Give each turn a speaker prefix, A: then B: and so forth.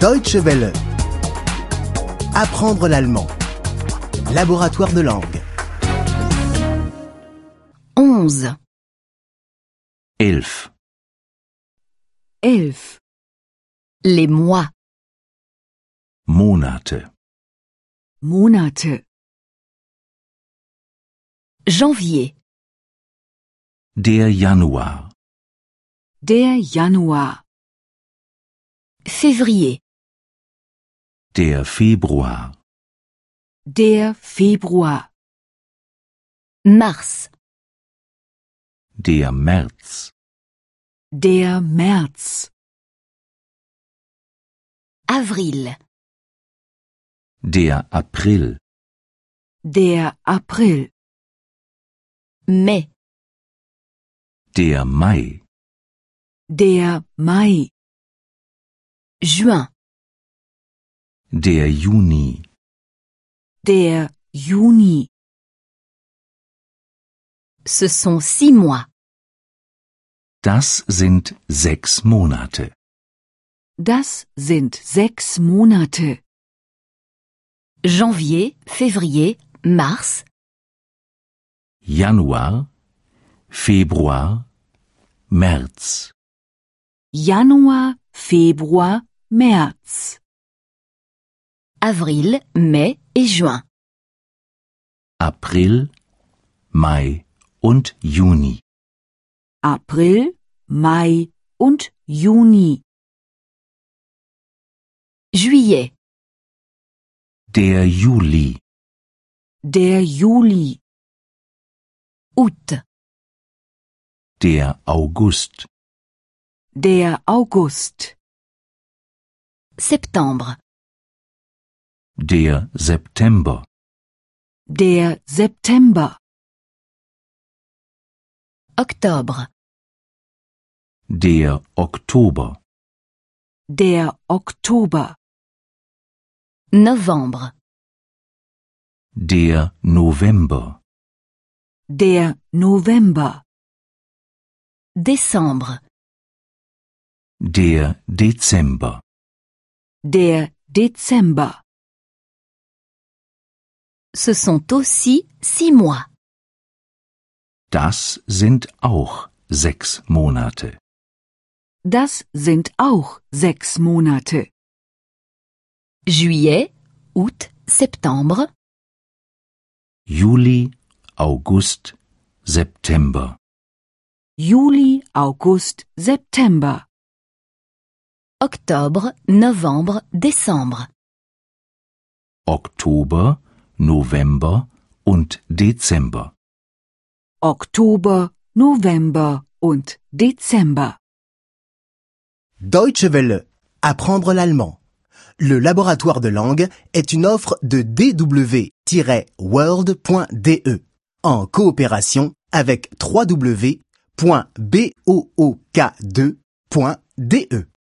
A: Deutsche Welle. Apprendre l'allemand. Laboratoire de langue.
B: 11,
C: 11.
D: 11.
B: les mois,
C: Monate.
D: Monate.
B: janvier,
C: Der Januar.
D: Der Januar.
B: février,
C: Der Februar.
D: Der Februar.
B: mars,
C: Der März.
D: Der März.
B: avril,
C: Der April.
D: Der April.
B: mai,
C: Der Mai.
D: Der Mai.
B: juin,
C: Der Juni.
D: Der Juni.
B: ce sont six mois.
C: Das sind sechs Monate.
D: Das sind sechs Monate.
B: Janvier, février, mars,
C: Januar, Februar, März.
D: Januar, Februar, März.
B: avril, mai et juin.
C: April, Mai und Juni.
D: April, Mai und Juni.
B: Juillet,
C: Der Juli.
D: Der Juli.
B: août,
C: Der August.
D: Der August.
B: septembre,
C: Der September.
D: Der September.
B: octobre,
C: Der Oktober.
D: Der Oktober.
B: novembre,
C: Der November.
D: Der November.
B: décembre,
C: Der Dezember.
D: Der Dezember.
B: ce sont aussi six mois.
C: Das sind auch sechs Monate.
D: Das sind auch sechs Monate.
B: Juillet, août, septembre,
C: Juli, August, September.
D: Juli, August, September.
B: octobre, novembre, décembre,
C: Oktober, November und Dezember.
D: Oktober, November und Dezember.
A: Deutsche Welle. Apprendre l'allemand. Le laboratoire de langue est une offre de dw-world.de E. en coopération avec www.book2.de.